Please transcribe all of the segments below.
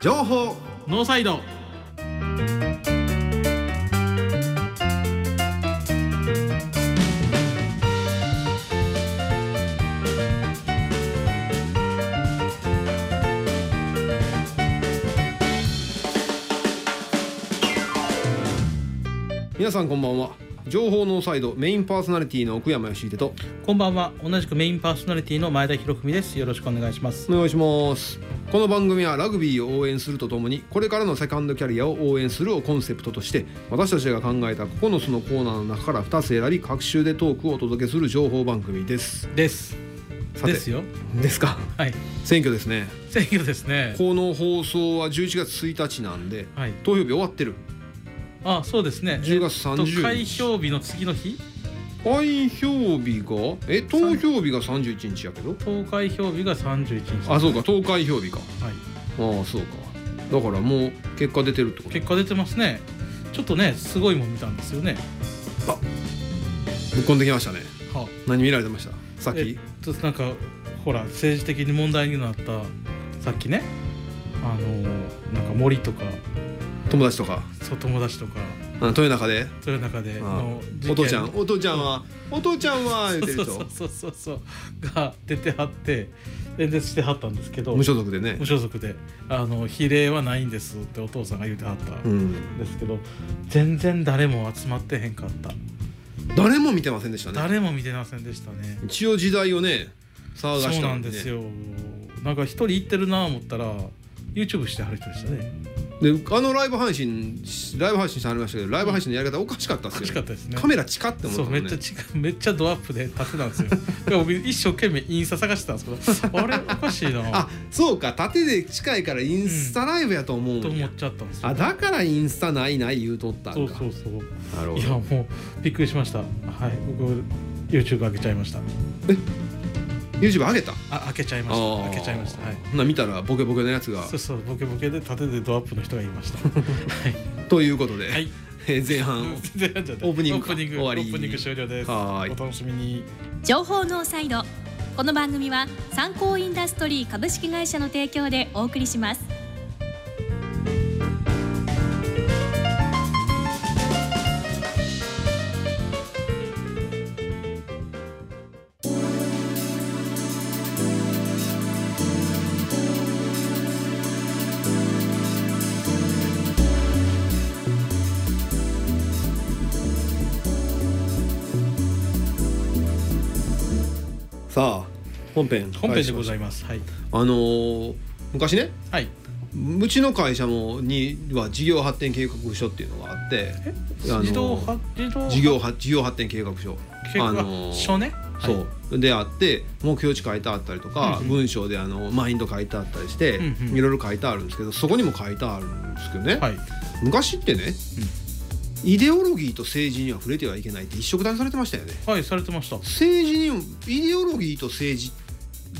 情報ノーサイド皆さんこんばんは情報ノーサイドメインパーソナリティの奥山義秀とこんばんは同じくメインパーソナリティの前田博文ですよろしくお願いしますお願いしますこの番組はラグビーを応援するとともにこれからのセカンドキャリアを応援するをコンセプトとして私たちが考えた9つのコーナーの中から2つ選び各週でトークをお届けする情報番組ですですさてですよですかはい選挙ですね選挙ですねこの放送は11月1日なんで、はい投票日終わってるあそうですね10月30日えっと開票日の次の日開票日がえ投票日が31日やけど投開票日が31日あそうか投開票日かはい、ああそうかだからもう結果出てるってこと結果出てますねちょっとねすごいもん見たんですよねぶっ込んできましたねは何見られてましたさっえっきとなんかほら政治的に問題になったさっきねあのなんか森とか友達とかそう友達とかあの豊中でそういう中でああのお父ちゃん事件お父ちゃんはお父ちゃんは言ってるそ人うそうそうそうそうが出てはって演説してはったんですけど無所属でね無所属であの比例はないんですってお父さんが言ってはったうんんですけど、全然誰も集まってへんかった誰も見てませんでしたね誰も見てませんでしたね一応時代をね騒がそうしなたんででねすよなんか一人行ってるなぁ思ったら YouTube してはる人でしたねであのライブ配信しライブ配信してはりましたけどライブ配信のやり方おかしかったっおすかしよかっねたですねカメラ近って思ったそうもめんねっちゃ近いめっちゃドアップで縦なんですよだから僕一生懸命インスタ探してたんですけどあれおかしいなあぁそうか縦で近いからインスタライブやと思うんとや思っちゃったんですよあだからインスタないない言うとったんかそうそうそうなるほいやどもうびっくりしましたはい僕 YouTube 開けちゃいました YouTube 上げたあ開けちゃいまあしーた開けちゃいましたはいほな見たらボケボケのやつがそうそうボケボケで縦でドアップの人が言いまし たはということで、い、はいえー前半全然やっちゃったオープニングかオープニング終わりオープニング終了ですはーいお楽しみに情報ノーサイドこの番組は参考インダストリー株式会社の提供でお送りしますさあ本編本編でございいますはいますあのー昔ねはいうちの会社もには事業発展計画書っていうのがあってあの自動は自動事業発事業発展計画書計画あのー書ねそう、であって目標値書いてあったりとか、うんうん文章であのマインド書いてあったりして、うんうんいろいろ書いてあるんですけどそこにも書いてあるんですけどね、はい、はい昔ってね、イデオロギーと政治には触れてはいけないって一色断されてましたよねはい、されてました政治にもイデオロギーと政治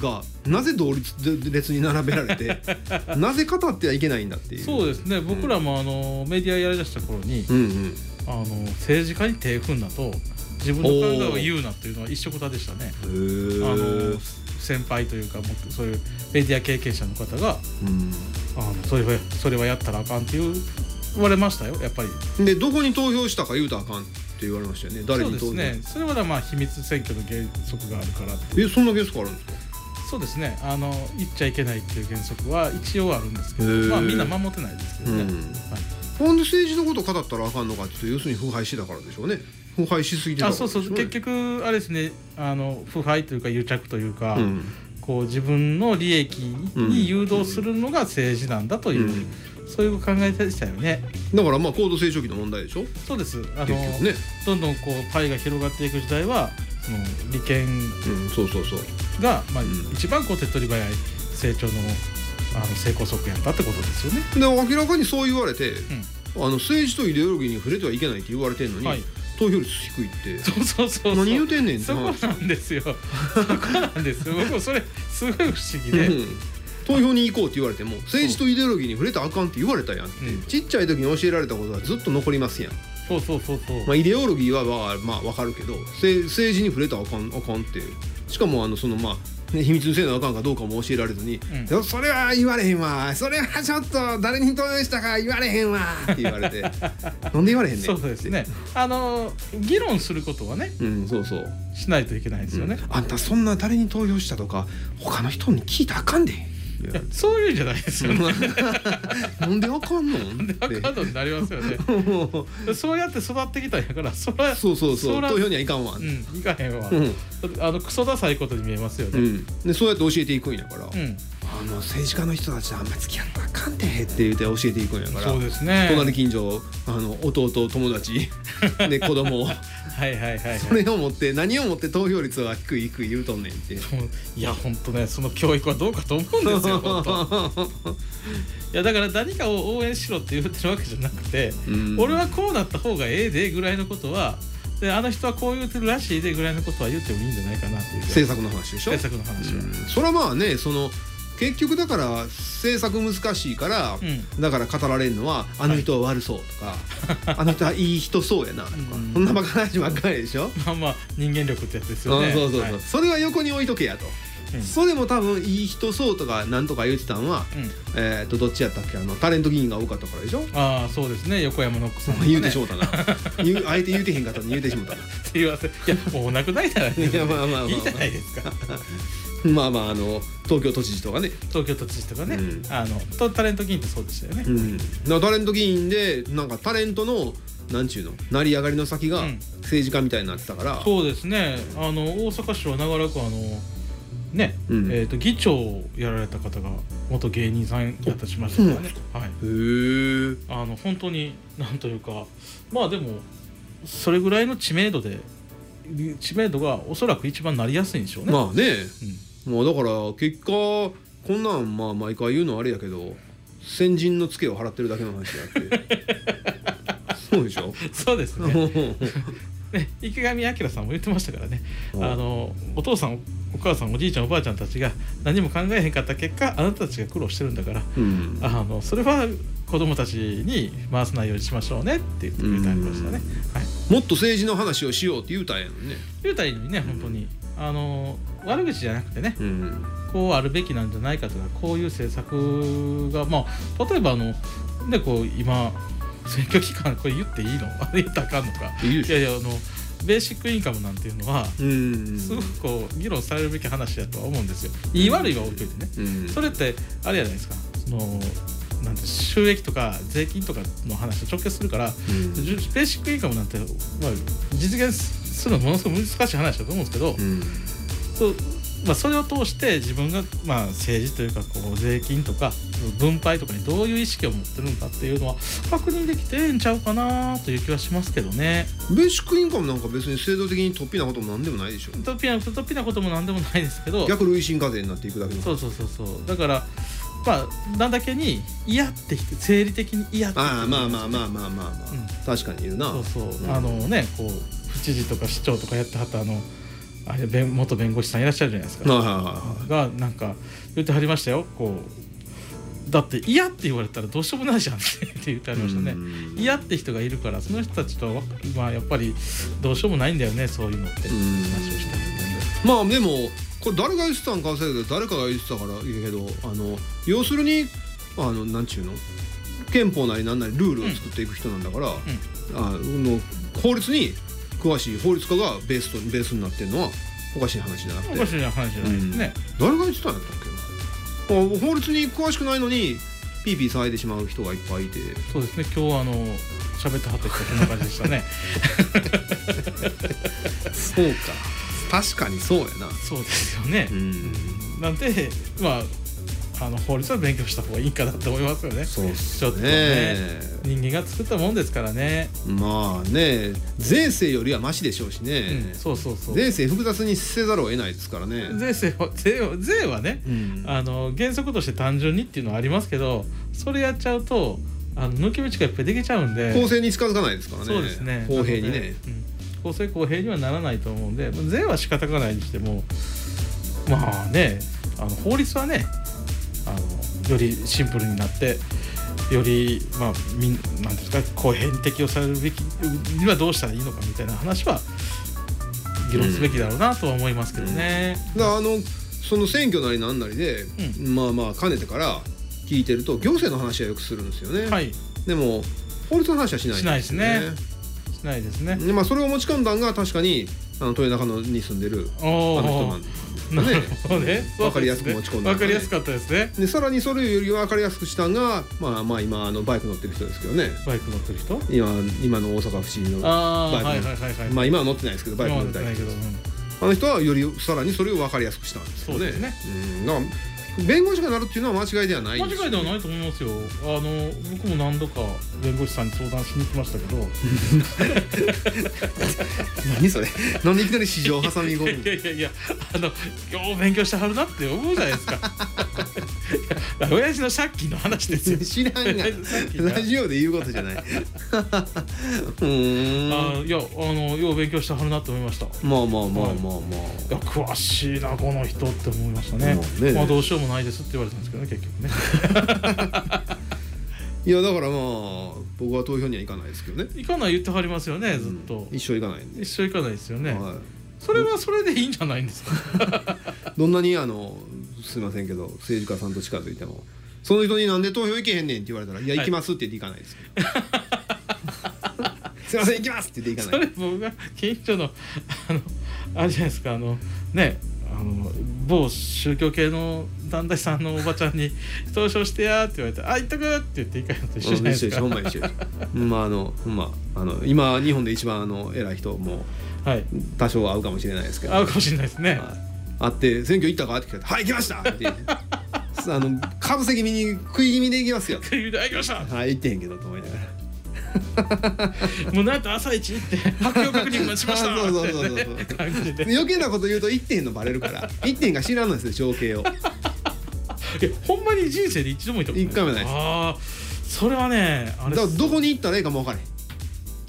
がなぜ同率で列に並べられ てなぜ語ってはいけないんだっていうそううですね僕らもあのメディアやりだした頃に、うんうんあの政治家に手を組んだと自分の考えを言うなというのは一緒くたでしたねああのの先輩というかもっとそういうメディア経験者の方があのそれはそれはやったらあかんっていう言われましたよやっぱりうん、でどこに投票したか言うたらあかんって言われましたよね誰そうにで投票すねそれはまあ秘密選挙の原則があるからってえそんなゲストあるんですかそうですねあの言っちゃいけないっていう原則は一応あるんですけどへーまあみんな守ってないですけどね、うんはいなんで政治のこと語ったらあかんのかっていうと要するに腐敗してたからでしょうね腐敗しすぎてたかあらそうそう結局あれですねあの腐敗というか癒着というか、うんこう自分の利益に誘導するのが政治なんだという、そういう考えでしたよね。だからまあ高度成長期の問題でしょそうですあの、結局ね、どんどんこうパイが広がっていく時代はその利権うん、そうそうそうが、まあうん一番こう手っ取り早い成長のあの成功則やったってことですよね。で明らかにそう言われて、うあの政治とイデオロギーに触れてはいけないって言われてんのに、はい投票率低いってそうそうそうそう何言うてんねんってそこ話なんですよ。そこなんです よ。僕もそれすごい不思議うで。ん投票に行こうって言われても政治とイデオロギーに触れたらあかんって言われたやんって、うんちっちゃい時に教えられたことはずっと残りますやん、そうそうそうそう。まあ、イデオロギーはまあまあわかるけどせ政治に触れたらあかんあかんってしかもあのそのまあね秘密にせなあかんかどうかも教えられずに「うんいやそれは言われへんわそれはちょっと誰に投与したか言われへんわ」って言わ れて「なんで言われへんねん」そうですねあの議論することはねうんそうそうしないといけないですよね、うんあんたそんな誰に投票したとか他の人に聞いたらあかんで 言わいれやてそういうんじゃないですよねなんであかんの アカードになりますよ ねってそうやって育ってきたんやからそらそうそうそうそら投票にはいかんわ、うんいかへんわ、うんあのクソダサいことに見えますようねん、でそうやって教えていくんやから、うん、あの政治家の人たちとあんま付き合ったらあかんでって言って教えていくんやからそうですね隣近所あの弟友 達で子供はいはいはい、はい、それを持って何を持って投票率は低い低い言うとんねんって。もういや本当ねその教育はどうかと思うんですよ本当いやだから何かを応援しろって言ってるわけじゃなくて、うん俺はこうなった方がええでぐらいのことはであの人はこう言ってるらしいでぐらいのことは言ってもいいんじゃないかなっていう政策の話でしょ政策の話は、それはまあねその結局だから制作難しいから、うだから語られるのは「あの人は悪そう」と か「あの人はいい人そうやな」とか、うんそんなバカ話ばっかりでしょ。まあまあ人間力ってやつですそようねそうそうそう、はいうんそれは横に置いとけやと、それも多分いい人そうとかなんとか言ってたんは、うんえー、とどっちやったっけあのタレント議員が多かったからでしょ、ああそうですね横山の子さんとかね言うてしもうたな言うあえて言うてへんかったのに言うてしもうたなって 言わせいやもうお亡くなりじゃないですいやまあまあまあまあいいじゃないですか まあまああの東京都知事とかね、東京都知事とかね、うんあのとタレント議員ってそうでしたよね、うん、だからタレント議員でなんかタレントのなんちゅうの成り上がりの先がうん政治家みたいになってたから、そうですねあの大阪市は長らくあのね、うんえー、と議長をやられた方が元芸人さんやったりしましたからね、はい、へえあの本当になんというかまあでもそれぐらいの知名度で知名度がおそらく一番なりやすいんでしょうね、まあねうんもうだから結果こんなんまあ毎回言うのはあれやけど先人のツケを払ってるだけの話であって そうでしょそうですねね、池上彰さんも言ってましたからねうんあのお父さんお母さんおじいちゃんおばあちゃんたちが何も考えへんかった結果あなたたちが苦労してるんだからうんあのそれは子供たちに回さないようにしましょうねって言ってくれてありましたね。はい、もっと政治の話をしようって言うたんやのにね、言うたらいいのにね本当にあの悪口じゃなくてねうん、こうあるべきなんじゃないかとかこういう政策がまあ例えばあのでこう今選挙期間これ言っていいのあれ言ったらあかんのか。いいでいしょやいやあのベーシックインカムなんていうのはうんすごくこう議論されるべき話だとは思うんですよ。言い悪いは置いといてね。うんそれってあれじゃないですか。そのなんて収益とか税金とかの話と直結するから、うんベーシックインカムなんて、まあ、実現するのはものすごく難しい話だと思うんですけど、うんそうまあ、それを通して自分が、まあ、政治というかこう税金とか分配とかにどういう意識を持ってるのかっていうのは確認できてんちゃうかなという気はしますけどね。ベーシックインカムなんか別に制度的に突飛なこともなんでもないでしょウトピアウトピアなことも何でもないですけど逆累進課税になっていくだけのそうそうそうそうだからまあなんだけに嫌って人生理的に嫌って人ああまあまあまあまあまあまあ、うん確かにいるなそうそう、うんあのねこう府知事とか市長とかやってはったあのあれ弁元弁護士さんいらっしゃるじゃないですか、はいはいはいはがなんか言ってはりましたよこうだって嫌って言われたらどうしようもないじゃんって って言ってはいりましたねうん嫌って人がいるからその人たちとは、まあ、やっぱりどうしようもないんだよねそういうのってうん話をしたりまあでもこれ誰が言ってたんか忘れたけど誰かが言ってたから言うけどあの要するにあのなんちゅうの憲法なりなんなりルールを作っていく人なんだから、あの法律に詳しい法律家がベースとベースになってるのはおかしい話じゃなくおてかしい話じゃないですね、誰が言ってたんやったっけなあ法律に詳しくないのにピーピー騒いでしまう人がいっぱいいてそうですね。今日あの喋ってはった人こんな感じでしたね。 そうか確かにそうやなそうですよねう。んなんでまああの法律は勉強した方がいいかなと思いますよね。そうっすちょっとね。ね人間が作ったもんですからね。まあね税制よりはマシでしょうしねうん、、そうそうそう。税制複雑にせざるを得ないですからね税制は税は税はね、うんあの原則として単純にっていうのはありますけど、それやっちゃうとあの抜け道がいっぱいできちゃうんで。公正に近づかないですからねそうですね。公平にね。うん、公正公平にはならないと思うんで、まあ税は仕方がないにしても、まあね、あの法律はね、あのよりシンプルになって。より、まあ、みんなんていうんですか公平に適用されるべきにはどうしたらいいのかみたいな話は議論すべきだろうなとは思いますけどね。だからあのその選挙なりなんなりで、うまあまあかねてから聞いてると行政の話はよくするんですよね、はいしでも法律の話はしないんよしないないですねでまあ、それを持ち込んだんが確かにあの豊中野に住んでるあおのお人なんなね るほどねわかりやすく持ち込んだわかりやすかったですねでさらにそれより分かりやすくしたんが、まあ、まあ今あのバイク乗ってる人ですけどねバイク乗ってる人今今の大阪府知事のああーバはイいクはいはいはいまあ今は乗ってないですけどバイク乗って今までなないいけ人ど、うんあの人はよりさらにそれを分かりやすくしたんですよそうねですねうんだから弁護士がなるっていうのは間違いではないんです間違いではないと思いますよあの僕も何度か弁護士さんに相談しに来ましたけど何それなんでいきなり市場挟み込む いやいやいやあのよう勉強してはるなって思うじゃない ですかいや親父の借金の話ですよ知らんがさっきラジオで言うことじゃ ないうーんあいやあのよう勉強してはるなって思いましたいまあまあまあまあまあ、や詳しいなこの人って思いましたね,、まあねまあどうしようもないですって言われたんですけどね結局ねいやだからまあ僕は投票には行かないですけどね行かない言ってはりますよねずっと、一生行かないんで、一生行かないですよね、はそれはそれでいいんじゃないんですかい、どんなにあのすいませんけど政治家さんと近づいてもその人に「なんで投票行けへんねん」って言われたら「いやはい行きます」って言って行かないです、す いません行きますって言って行そかなれい僕が近所のあのあれじゃないですかあのねあの某宗教系の団体さんのおばちゃんに「投票してや」って言われて「あ行ったく!」って言って行かないのと一緒じうゃんない一で緒す一か緒ほんま一緒一緒まああのほんまあの今日本で一番あの偉い人もはい多少会うかもしれないですけど合うかもしれないですねはい会って「選挙行ったか?」って聞かれて「はい行きました!」って言 ってあのかぶせ気味に食い気味で行きますよって言うてあ行きましたはい行ってへんけどと思いながらもうなんと朝一行って発表確認待ちました そうそうそうそう そうって感じで余計なこと言うと1点のバレるから1点が知らんのですよ情景をいやほんまに人生で一度も行ったことない一回もないですああそれはねあだれからどこに行ったらいいかも分からへん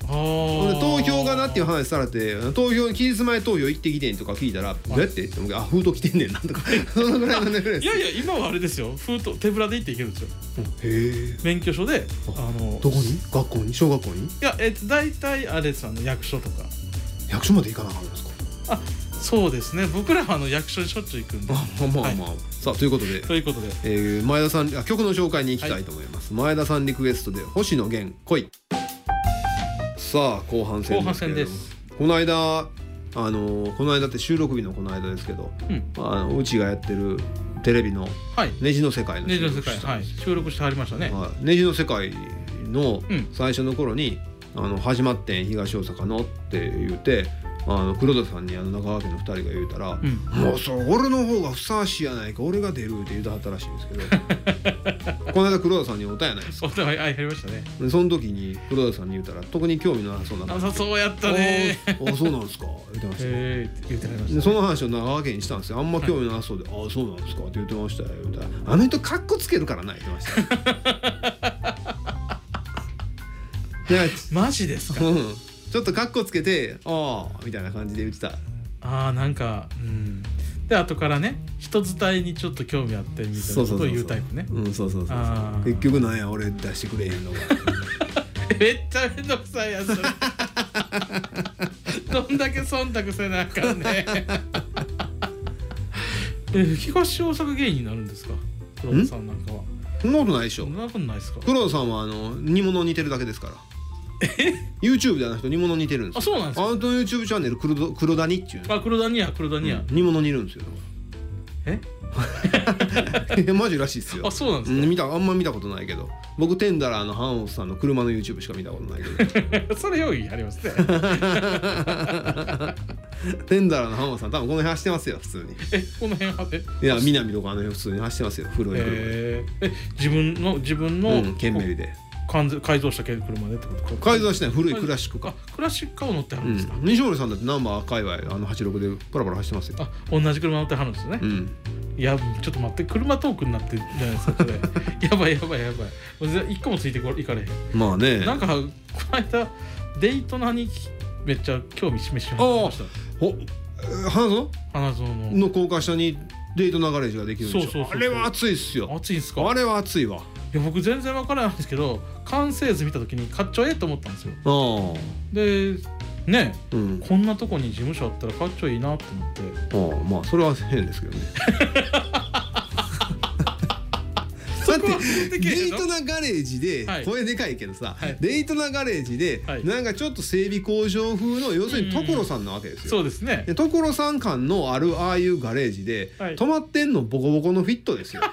あーで投票がなっていう話されて投票期日前投票行ってきてんとか聞いたら「どうやって?」って思うけどあ封筒来てんねんな」とかそのぐらいのレベルいですやいや今はあれですよ封筒手ぶらで行っていけるんですよへえ免許証であのどこに学校に小学校にいや、えっと、大体あれさんの役所とか役所まで行かなあかったんですかそうですね僕らはあの役所にしょっちゅう行くんでまあまあまあまあ、さあということで、ということでえー前田さんあ曲の紹介に行きたいと思います、前田さんリクエストで「星野源恋」さあ後半戦ですけれども後半戦ですこの間あのこの間って収録日のこの間ですけどうんあのうちがやってるテレビのはい「ネジの世界」のネジの収世録界したはい収録してはりましたねはいネジの世界のうん最初の頃に「あの始まってん東大阪の」って言うてあの黒田さんにあの中川家の2人が言うたら「うんもうそう俺の方がふさわしいやないか俺が出るって言うてはったらしいんですけど この間黒田さんにおたやないですかお互いあやりましたねでその時に黒田さんに言うたら特に興味のなさそうなな感さじでそうやったね「ああそうなんですか」言ってましたよええ言うてはりまでしその話を長川家にしたんですよあんま興味なさそうで「ああそうなんですか」って言ってましたよ言うたら「あの人カッコつけるからな」言ってましたよ いやたマジですかうんちょっとカッコつけて「ああ」みたいな感じで言ってたああなんかうんで後からね人伝いにちょっと興味あってみたいなことを言うタイプねうんそうそうそうそあうー結局なんや俺出してくれへん のかめっちゃめんどくさいやつ どんだけ忖度せなあかんねえ東大阪芸人になるんですか黒田さんなんかはそんなことないでしそょんなことないですか黒田さんはあの煮物似てるだけですから YouTube であの人煮物似てるんであすよそうなんですあかの人の YouTube チャンネル黒田「黒谷」っていうねあ黒田にや黒田にや、うん煮物煮るん ですよええマジらしいっすよあそうなんでうん見たあんま見たことないけど僕テンダラーのハンオスさんの車の YouTube しか見たことないけどすかそれ用意あり ますね テンダラーのハンオスさん多分この辺走ってますよ普通にえこの辺はねいや南とかあの辺普通に走ってますよ古い車で、えーえ自分の自分の、うんケンメリで完全改造した車でってこと改造はしてない古いクラシックかあクラシックカーを乗ってはうるんですか、ん、西森さんだってナンバー界隈あの86でパラパラ走ってますよあ同じ車乗ってはるんですねう、んいやちょっと待って車トークになってるじゃないです かそれやばいやばいやばいもうぜ一個もついてこいかれへん、まあねなんかこの間デイトナにめっちゃ興味示しましおえー花園た花園のの高架下にデート流れができるんでしょそうそうそうそうあれは熱いっすよ熱いんすかあれは熱いわいや僕全然わからないんですけど完成図見た時に買っちゃえと思ったんですよああでねうんこんなとこに事務所あったらかっちょいいなと思ってああまあそれは変ですけ どねそだっこはて持ってけえデイのトナガレージで、はいこれでかいけどさ、はいデイトナガレージで、はいなんかちょっと整備工場風の要するに所さんなわけですよそうですねで所さん感のあるああいうガレージで、はい止まってんのボコボコのフィット ですよ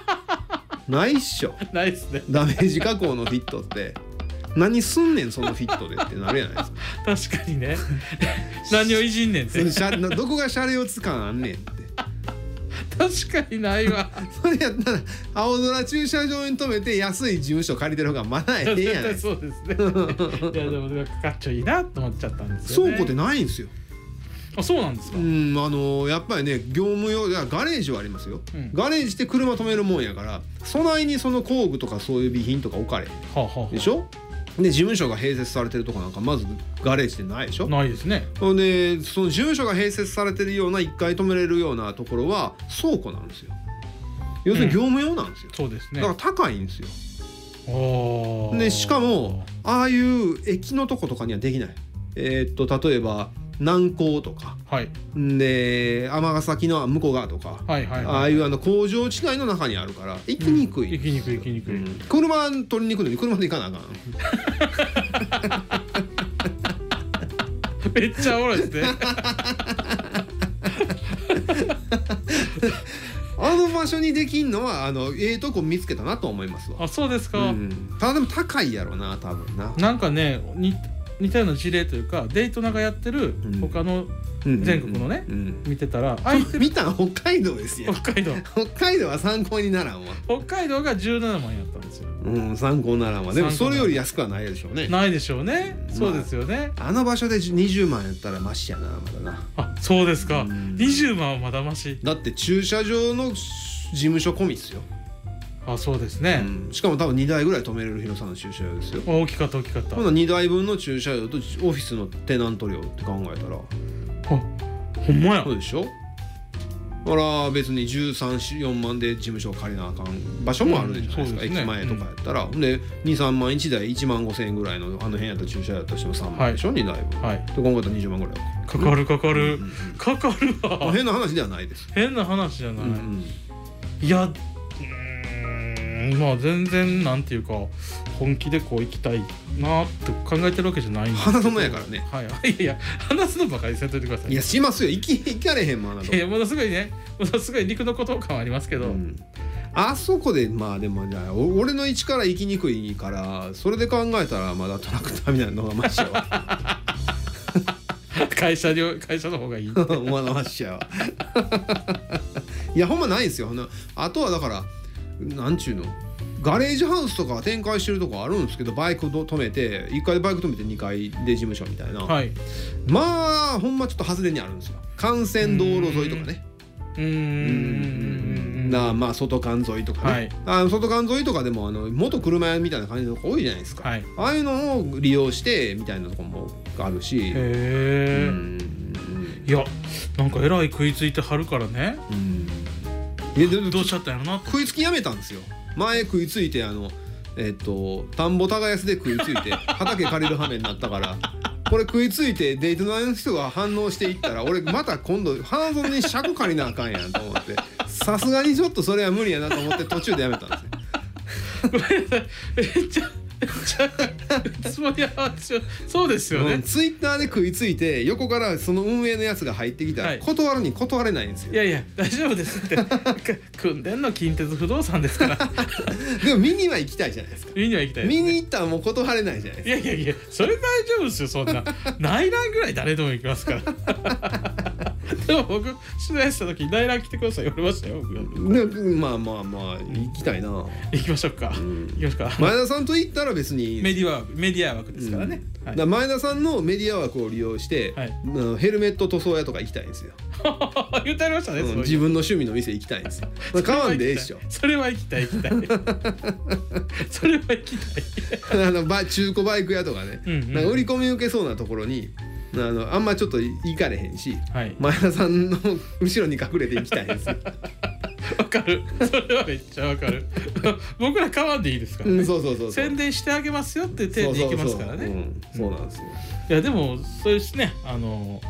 ないっしょないですねダメージ加工のフィットって何すんねんそのフィットでってなるやないですか確かに ね何をいじんねんっそてのシャレなどこがシャレオツ感あんねんって確かにないわ それやったら青空駐車場に停めて安い事務所借りてる方がまだええやない そうです ねいやでもなんかかっちょいいなと思っちゃったんですよ、倉ね、庫ってないんですよ。あそうなんですか、うん、あのやっぱりね業務用いやガレージはありますよ、うんガレージって車止めるもんやから備えにその工具とかそういう備品とか置かれへんはあはあはあでしょで事務所が併設されてるとこなんかまずガレージってないでしょないですねほんでその事務所が併設されてるような1階止めれるようなところは倉庫なんですよ要するに業務用なんですよ、そうですねだから高いんですよおーでしかもああいう駅のとことかにはできないえーっと例えば南港とかはいんで尼崎の向こう側とかはいはいああいうあの工場地帯の中にあるから行きにくい、行きにくい行きにくい、うん車取りに行くのに車で行かなあかんめっちゃおもろいですね あの場所にできんのはあのええとこ見つけたなと思いますわ。あそうですうか、ん、ただでも高いやろな多分な。なんかねに似たような事例というかデートナがやってるうん他のうん全国のねうん見てたら空いてる見たん北海道です よ。北海道北海道は参考にならんわ。北海道が17万円やったんですようん参考にならんわ。でも参考そになられんより安くはないでしょうね。ないでしょうねまあそうですよねあの場所で20万やったらマシやなまだな。あそうですかうん20万はまだましだって駐車場の事務所込みっすよ。あそうですうね、ん、しかも多分2台ぐらい止めれる広さの駐車場ですよ。大きかった大きかったほな2台分の駐車場とオフィスのテナント料って考えたら。あほんまやそうでしょほら別に134万で事務所を借りなあかん場所もあるじゃないですか、うんそうですね駅前とかやったら、ほん、で23万1台1万5千円ぐらいのあの辺やったら駐車やったとしても3は万いでしょ、2台分ではい今後だったら20万ぐらいかかるかかる、うんかかるまあわ変な話ではないです、変な話じゃない、うんうんいやうーんまあ全然なんていうか本気でこう行きたいなって考えてるわけじゃないんですけど花園やからねはいはいいやいや話すのばかりせんといてくださいいやしますよ行き行かれへんもんあんなとこいやものすごいねものすごい肉のこと感はありますけど、うんあそこでまあでもじゃあお俺の位置から行きにくいからそれで考えたらまだトラクターみたいなのがマ シやわ会社に会社の方がいい思わなましちゃうわ いやほんまないんですよほなあとはだからなんちゅうのガレージハウスとか展開してるとこあるんですけどバイクど止めて1階でバイク止めて2階で事務所みたいな、はいまあほんまちょっと外れにあるんですよ幹線道路沿いとかねうーんなあまあ外間沿いとかね、はいあの外間沿いとかでもあの元車屋みたいな感じのとこ多いじゃないですか、はいへああいうのを利用してみたいなとこもあるしうえ、んいやなんかえらい食いついてはるからねうんいやでもどうしちゃったんやろなと食いつきやめたんですよ前食いついてあのえっと田んぼ耕すで食いついて畑借りる羽目になったからこれ食いついてデートナーの人が反応していったら俺また今度花園に尺借りなあかんやんと思ってさすがにちょっとそれは無理やなと思って途中でやめたんですよ めっちゃめっちゃつまりはそうですようんね、ツイッターで食いついて横からその運営のやつが入ってきたはらい断るに断れないんですいよやいや大丈夫ですって 組んでんの近鉄不動産です からでも見には行きたいじゃないですか見には行きたいです見に行ったらもう断れないじゃないいでやいやいやそれ大丈夫ですよそんな内覧ぐらい誰でも行きますから でも僕取材した時内覧来てください言われましたよ僕すかでまあまあまあ行きたいな行きましょうかん行きましょうか前田さんと言ったら別にメディア枠メディア枠ですからね、うんはだいから前田さんのメディア枠を利用して、はいうんヘルメット塗装屋とか行きたいんですよ、言ってありましたね、うんそういう自分の趣味の店行きたいんです よまあ買わんでええっしょそれは行きたい行きた いそれは行きた いあのば中古バイク屋とかね、うんうんなんか売り込み受けそうなところにあのあんまちょっと行かれへんしはい 前田さんの後ろに隠れて行きたいんですよわかるそれはめっちゃわかる僕ら変わんでいいですから、うねん、そうそうそうそう宣伝してあげますよっていう手でいきますかそうそらねうそううんそうなんですよいやでもそうですねあの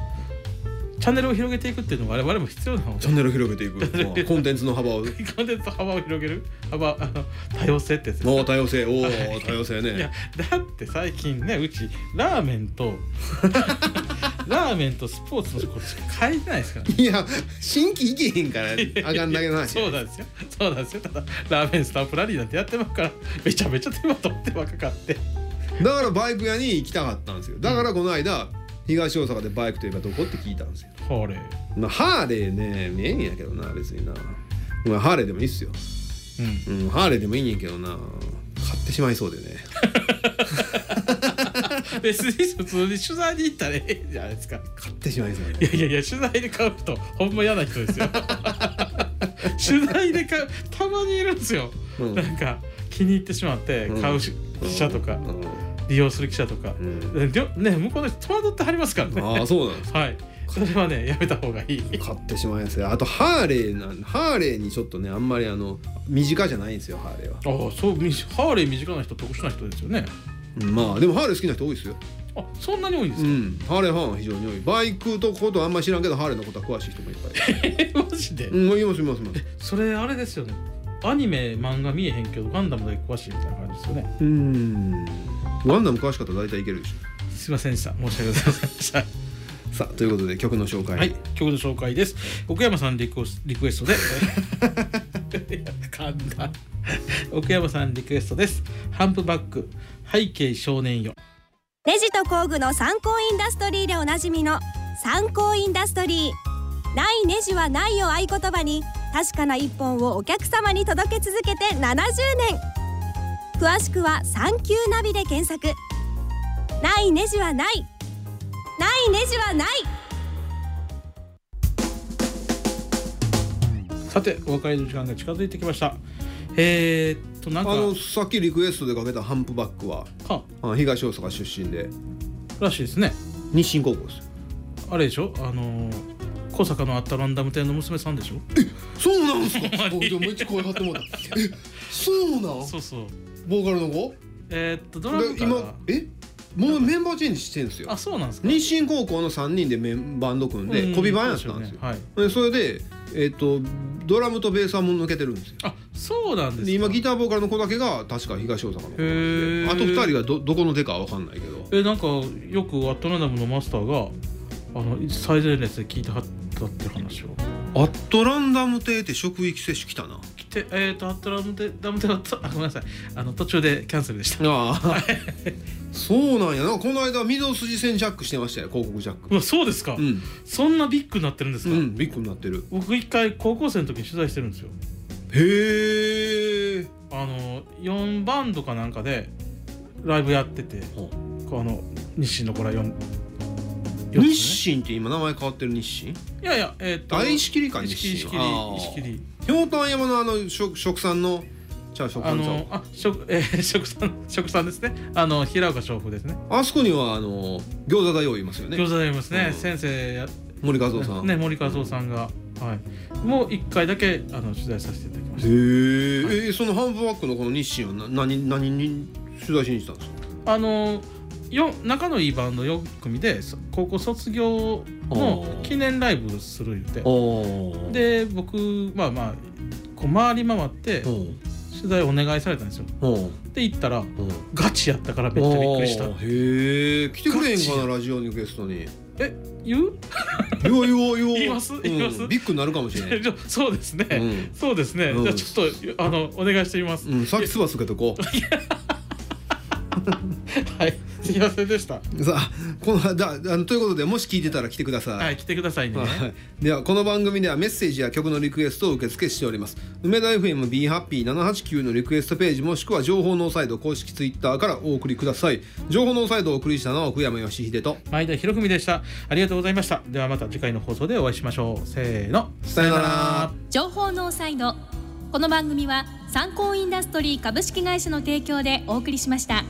チャンネルを広げていくっていうのが我々も必要なのチャでンネルを広げてい くコンテンツの幅をコンテンツの幅を広げる幅あの多様性ってやつですおー多様性おー多様性いやねだって最近ねうちラーメ ンとラーメンとスポーツのことしか買えてないですからねいや新規いけへん からあかんだけの話そうなんですよそうなんですよただラーメンスタンプラリーなんてやってますからめちゃめちゃ手間取ってばっか買ってだからバイク屋に行きたかったんですよだからこの間東大阪でバイクといえばどこって聞いたんですよ、ほれまあ、ハーレーね見えんやけどな別にな、まあ、ハーレーでもいいっすよ、うんうん、ハーレーでもいいんやけどな買ってしまいそうでね別に普通に取材に行ったらええじゃないですか買ってしまいそうでいやいやいや取材で買う人ほんま嫌な人 ですよ取材で買うたまにいるんですよ、うんなんか気に入ってしまって買うし記者とか、利用する記者とか、うんうんでね向こうの人戸惑ってはりますからねああそうなんですはいそれはねやめた方がいい買ってしまいますよあとハーレーなんハーレーにちょっとねあんまりあの身近じゃないんですよハーレーはああそうみハーレー身近な人特殊な人ですよねうんまあでもハーレー好きな人多いですよあそんなに多いんでうすか、んハーレーファンは非常に多いバイクとことはあんまり知らんけどハーレーのことは詳しい人もいっぱいいるえマジで、うん、いますいますいます。それあれですよねアニメ漫画見えへんけどガンダムだけ詳しいみたいな感じですよねうん。ワンダム詳しかったら大体いけるでしすいませんでした申し訳ございませんでしたょ。さあということで曲の紹介。はい、曲の紹介です。奥山さんリクオスリクエストで。いや噛んだ奥山さんリクエストです。ハンプバック、背景少年よ。ネジと工具の参考インダストリーでおなじみの参考インダストリーないネジはないを合言葉に確かな一本をお客様に届け続けて70年詳しくは「サンキューナビ」で検索ないネジはないないネジはないさて、お別れの時間が近づいてきました。えー、っと、なあんか、のさっきリクエストでかけたハンプバックはか、あ東大阪出身でらしいですね。日清高校ですよ。あれでしょあのー、小坂のあったランダム店の娘さんでしょそうなん ですか。おじゃめっちゃ声張ってもらった。え、そうなん？そうそう。ボーカルの子？えー、っと、ドラムでか今ら。え、もうメンバーチェンジしてんですよあ、。そうなんですか。日清高校の三人でメンバンド組んうでんコビバンやったんですよ。はい。でそれでえっとドラムとベースはもう抜けてるんですよ。あ、そうなんですでか。今ギターボーカルの子だけが確か東大阪の子なんへーであと2人がどどこの出かは分かんないけどえなんかよくアットランダムのマスターがあの最前列で聞いてはったって話をアットランダム亭って職域接種来たな来てえっ、とアットランダムではとあごめんなさいあの途中でキャンセルでした ああそうなんやなこの間溝筋線ジャックしてましたよ広告ジャックうわそうですか、うん、そんなビッグになってるんですうか、ん、ビッグになってる僕一回高校生の時に取材してるんですよへえあの4バンドかなんかでライブやっててこうあの日清のこれ4日清って今名前変わってる日清いやいやえっ、とあ石切りか石切り日石清切ありー石切りひょうたん山のあの食食産のじゃあ食あ産ちゃうのあ食えー、食 さん食さんですねあの平岡翔夫ですねあそこにはあの餃子大王いますよね餃子でありますね、うん先生や森和夫さん、ね森川蔵さんが、はいもう一回だけあの取材させていただきまへしえ、えーそのハンプバックのこの日清はな何何に取材しに来たんですか。たあのよ仲のいいバンド4組でそ高校卒業のおー記念ライブする言うあで、てで僕まあまあこう回り回ってう取ん材お願いされたんですようんで行ったらうん。ガチやったからめっちゃびっくりしたあーへえ、来てくれへんかなラジオのゲストに。え言うようようよう。言います言いますうんビッグになるかもし れじゃそうですね、ない。うん。そうですね、うんじゃあちょっとあのお願いしてみます、うん、さっきつばつけとこ う。はいすいませんでしたさあ、このだあのということでもし聞いてたら来てください。はい来てくださいね、はい、ではこの番組ではメッセージや曲のリクエストを受け付けしております梅田 FMB88789 のリクエストページもしくは情報ノーサイド公式ツイッターからお送りください情報ノーサイドをお送りしたのは奥山義秀と前田博文でしたありがとうございましたではまた次回の放送でお会いしましょうせーのさよなら情報ノーサイドこの番組は参考インダストリー株式会社の提供でお送りしました。